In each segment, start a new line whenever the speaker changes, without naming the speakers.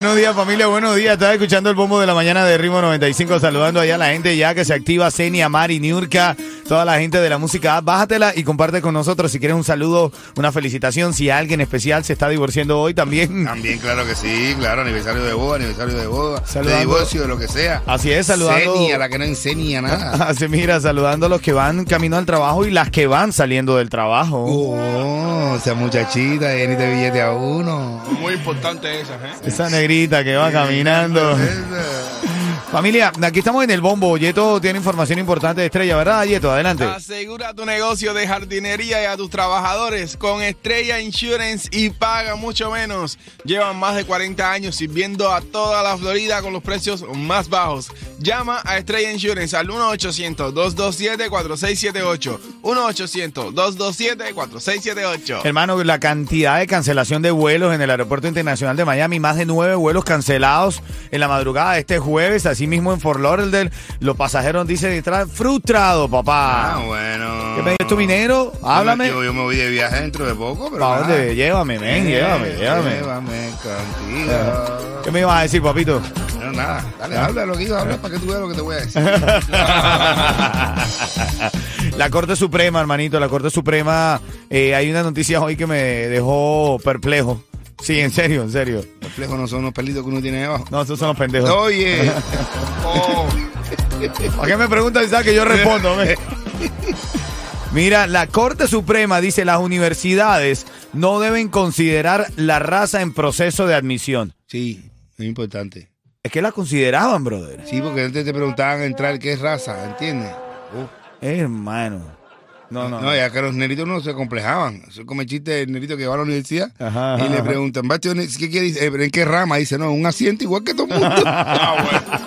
Buenos días familia, buenos días. Estaba escuchando el bombo de la mañana de Ritmo 95, saludando allá a la gente ya que se activa, Senia, Mari, Niurka, toda la gente de la música. app. Bájatela y comparte con nosotros si quieres un saludo, una felicitación, si alguien especial se está divorciando hoy también.
También, claro que sí, claro, aniversario de boda, aniversario de boda,
Saludando.
de divorcio, de lo que sea.
Así es, saludando.
Senia, la que no enseña nada.
Así mira, saludando a los que van camino al trabajo y las que van saliendo del trabajo.
Oh, esa muchachita, llena de billete a uno.
Muy importante esas, ¿eh?
Esa negrita que va caminando. Familia, aquí estamos en el bombo. Yeto tiene información importante de estrella, ¿verdad, Yeto? Adelante.
Asegura tu negocio de jardinería y a tus trabajadores con Estrella Insurance y paga mucho menos. Llevan más de 40 años sirviendo a toda la Florida con los precios más bajos. Llama a Estrella Insurance al 1-800-227-4678. 1-800-227-4678.
Hermano, la cantidad de cancelación de vuelos en el Aeropuerto Internacional de Miami, más de nueve vuelos cancelados en la madrugada de este jueves, así mismo en Fort Lauderdale, los pasajeros dicen estar frustrados,
Ah,
papá.
bueno.
¿Qué me dices tú, minero? Háblame.
Yo, yo me voy de viaje dentro de poco, pero.
¿Para
nada.
dónde? Llévame, men, llévame, llévame. Ah.
Llévame contigo.
¿Qué me ibas a decir, papito?
No, nada. Dale,
Ah.
habla lo que iba a hablar para que tú veas lo que te voy a decir.
La Corte Suprema, hermanito, la Corte Suprema, eh, hay una noticia hoy que me dejó perplejo. Sí, en serio, en serio.
Los flejos no son los pelitos que uno tiene debajo.
No, esos son los pendejos.
Oye,
Oh,
¿Para qué me preguntan si sabes que yo respondo? hombre? Mira, la Corte Suprema dice las universidades no deben considerar la raza en proceso de admisión.
sí, es importante.
Es que la consideraban, brother.
Sí, porque antes te preguntaban entrar qué es raza, ¿entiendes?
Hermano. No, no.
No, ya que los neritos no se complejaban. Eso es como el chiste del nerito que va a la universidad
Ajá,
y
ajá,
le
ajá.
preguntan, "Bacho, ¿qué quieres? Eh, ¿En qué rama? Dice, no, un asiento igual que todo el mundo.
ah, bueno.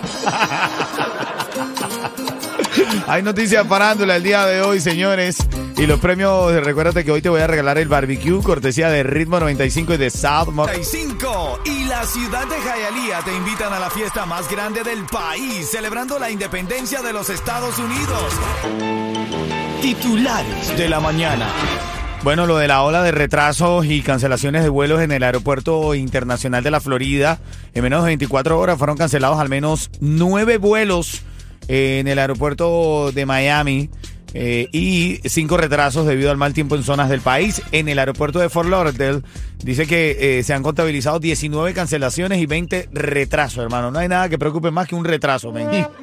Hay noticias parándula el día de hoy, señores. Y los premios, recuérdate que hoy te voy a regalar el barbecue cortesía de Ritmo 95 y de South Mo-
35 y la ciudad de Hialeah te invitan a la fiesta más grande del país, celebrando la independencia de los Estados Unidos. Titulares de la mañana.
Bueno, lo de la ola de retrasos y cancelaciones de vuelos en el Aeropuerto Internacional de la Florida. En menos de 24 horas fueron cancelados al menos nueve vuelos eh, en el aeropuerto de Miami eh, y cinco retrasos debido al mal tiempo en zonas del país. En el aeropuerto de Fort Lauderdale dice que eh, se han contabilizado 19 cancelaciones y 20 retrasos, hermano. No hay nada que preocupe más que un retraso, men.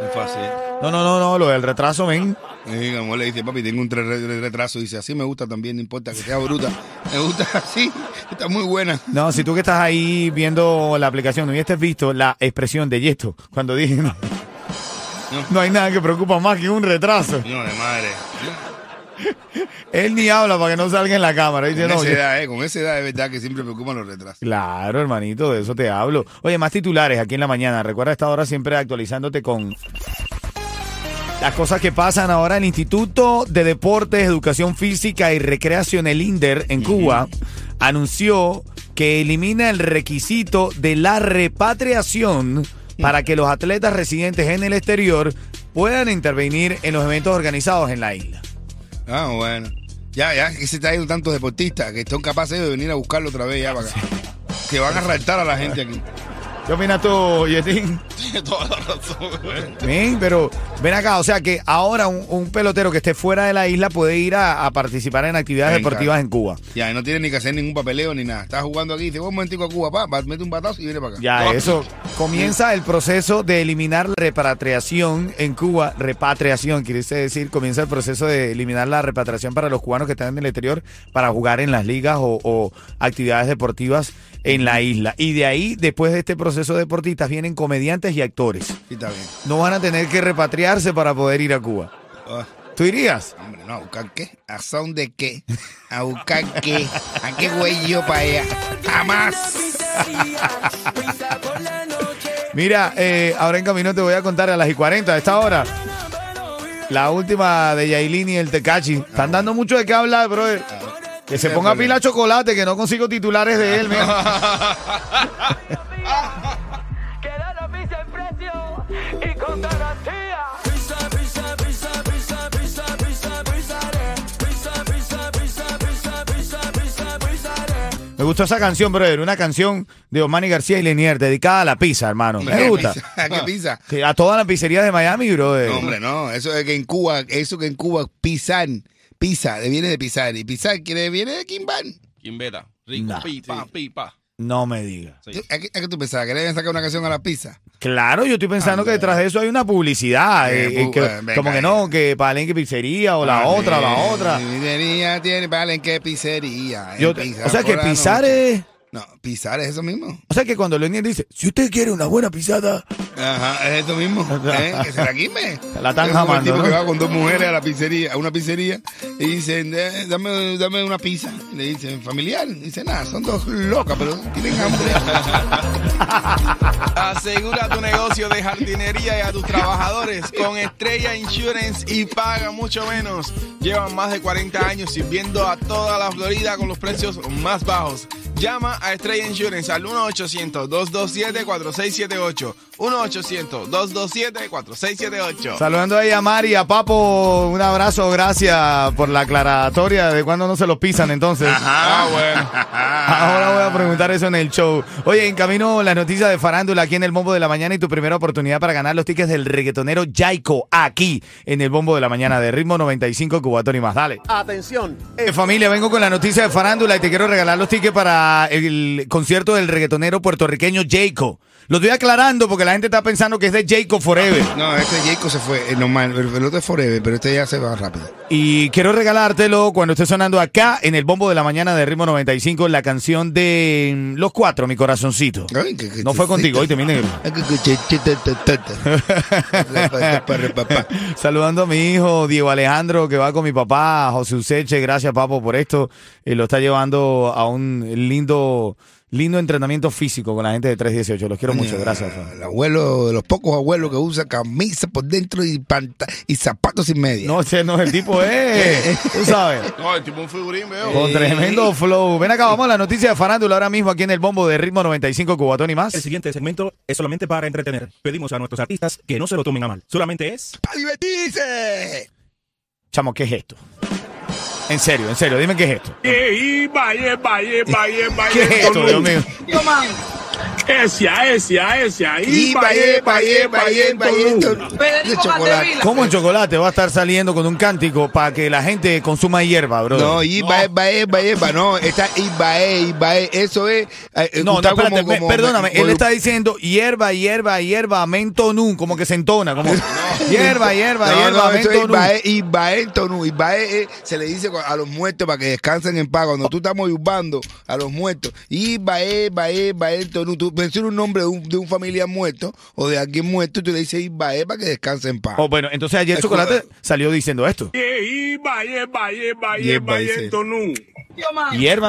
Es fácil.
No, no, no, no, lo del retraso, men.
Y como le dice, papi, tengo un tre- re- retraso. Dice, así me gusta también, no importa que sea bruta. Me gusta así, está muy buena.
No, si tú que estás ahí viendo la aplicación, no hubieses visto la expresión de Yesto cuando dije, no, no hay nada que preocupa más que un retraso.
No, de madre.
Él ni habla para que no salga en la cámara. Dice,
Con
no,
esa
yo-
edad, eh, con esa edad es verdad que siempre preocupan los retrasos.
Claro, hermanito, de eso te hablo. Oye, más titulares aquí en la mañana. Recuerda esta hora siempre actualizándote con las cosas que pasan ahora en el Instituto de Deportes, Educación Física y Recreación, el INDER, en Cuba, anunció que elimina el requisito de la repatriación para que los atletas residentes en el exterior puedan intervenir en los eventos organizados en la isla.
Ah, bueno. Ya, ya, que se está yendo tantos deportistas que están capaces de venir a buscarlo otra vez ya para acá. Que van a raptar a la gente aquí.
¿Qué opinas tú, Yetín?
Tiene toda la razón.
Ven, pero ven acá, o sea que ahora un, un pelotero que esté fuera de la isla puede ir a, a participar en actividades
Venga.
deportivas en Cuba.
Ya, y no tiene ni que hacer ningún papeleo ni nada. Está jugando aquí, dice, voy un momentico a Cuba, pa, va, mete un batazo y viene para acá.
Ya, eso. Comienza el proceso de eliminar la repatriación en Cuba. Repatriación, quiere decir, comienza el proceso de eliminar la repatriación para los cubanos que están en el exterior para jugar en las ligas o, o actividades deportivas en la isla. Y de ahí, después de este proceso de deportistas, vienen comediantes y actores.
Sí, está bien.
No van a tener que repatriarse para poder ir a Cuba.
Ah,
¿Tú irías?
hombre, no, ¿a buscar qué? ¿A son de qué? ¿A buscar qué? ¿A qué güey yo para allá? ¡Jamás!
Mira, eh, ahora en camino te voy a contar a las y 40 a esta hora. La última de Yailin y el Tecachi. Están dando mucho de qué hablar, brother. Que se ponga pila chocolate, que no consigo titulares de él, mira.
Queda la pizza en precio y con garantía.
Me gustó esa canción, brother. Una canción de Omani García y Lenier, dedicada a la pizza, hermano. Me gusta.
¿A qué pizza?
Sí, a todas las pizzerías de Miami, brother.
No, hombre, no. Eso de que en Cuba, eso que en Cuba pisan, pisa, de- viene de pisar. Y pisar quiere, viene de Kimban.
Quimbeta, rico,
Nah.
pipa, pipa.
No me digas.
Sí.
¿A qué, a qué tú pensabas? ¿Que le iban a sacar una canción a la pizza?
Claro, yo estoy pensando que detrás de eso hay una publicidad.
Eh,
eh, eh,
bu-
que-
eh, venga,
como que no, que Palenque Pizzería o
Ah,
la otra, o la otra.
Pizzería tiene, vale, ¿en qué pizzería? En
Yo-
Pizza
o sea que
por la
pisar
noche.
es.
No, pisar es eso mismo.
O sea que cuando Lenier dice, si usted quiere una buena pisada,
Ajá, es eso mismo. ¿eh? Que se la quime.
La están
Es como
jamando,
El tipo
¿no?
que va con dos mujeres a la pizzería, a una pizzería, y dicen, "Eh, dame, dame una pizza. Y le dicen, familiar. Y dice, nada, son dos locas, pero tienen hambre.
Asegura tu negocio de jardinería y a tus trabajadores con Estrella Insurance y paga mucho menos. Llevan más de 40 años sirviendo a toda la Florida con los precios más bajos. Llama a Estrella Insurance al 1-800-227-4678. 1-800-227-4678.
Saludando ahí a Mari, a Papo, un abrazo, gracias por la aclaratoria de cuando no se los pisan entonces.
Ah, bueno.
Ahora voy a preguntar eso en el show. Oye, en camino las noticias de Farándula aquí en el Bombo de la Mañana y tu primera oportunidad para ganar los tickets del reggaetonero Jaico aquí en el Bombo de la Mañana de Ritmo 95 Cubatón y más. Dale.
Atención,
Eh, familia, vengo con la noticia de Farándula y te quiero regalar los tickets para el concierto del reggaetonero puertorriqueño Jaico. Lo estoy aclarando porque la gente está pensando que es de Jaico Forever.
No, este Jacob se fue, es normal, el, el otro es Forever, pero este ya se va rápido.
Y quiero regalártelo cuando esté sonando acá en el bombo de la mañana de Ritmo 95 la canción de mm, Los Cuatro, mi corazoncito.
Ay, que- que-
No fue contigo, hoy te mire.
Ay, que- que- que- que- que- que- que- que-
Saludando a mi hijo Diego Alejandro que va con mi papá, José Useche, gracias papo por esto. Eh, lo está llevando a un lindo lindo entrenamiento físico con la gente de 318. Los quiero mucho, gracias. Fran.
El abuelo, de los pocos abuelos que usa camisa por dentro y, panta- y zapatos sin media.
No, ese no es el tipo, eh. Tú sabes.
No, el tipo un figurín, veo.
Con tremendo flow. Ven acá, vamos a la noticia de farándula ahora mismo aquí en el bombo de Ritmo 95 Cubatón y más.
El siguiente segmento es solamente para entretener. Pedimos a nuestros artistas que no se lo tomen a mal. Solamente es...
¡Para divertirse!
Chamo, ¿qué es esto? En serio, en serio, dime qué es esto. ¿Qué es esto, Dios mío?
Y payé, payé, payé, payé, to- de chocolate.
¿Cómo el chocolate va a estar saliendo con un cántico para que la gente consuma hierba, bro?
No, y bae, bae, bae, ba- no, está y bae, y bae, eso es. eh,
no, no,
está como-
espérate, me-
como-
perdóname,
como-
él está diciendo hierba, hierba, hierba, mentonún, como que se entona, como hierba, hierba,
No,
hierba,
no, eso es eh.
mentonún.
Ibae, Ibae en Tonú. Ibae, eh, se le dice a los muertos para que descansen en paz. Cuando tú estás moyubando a los muertos, Ibae, Ibae, Ibae en Tonú. Tú mencionas un nombre de un, de un familiar muerto o de alguien muerto y tú le dices Ibae para que descanse en paz.
Oh, bueno, entonces ayer
Es
Chocolate
como-
salió diciendo esto.
Y Ibae, sí.
Hierba, no.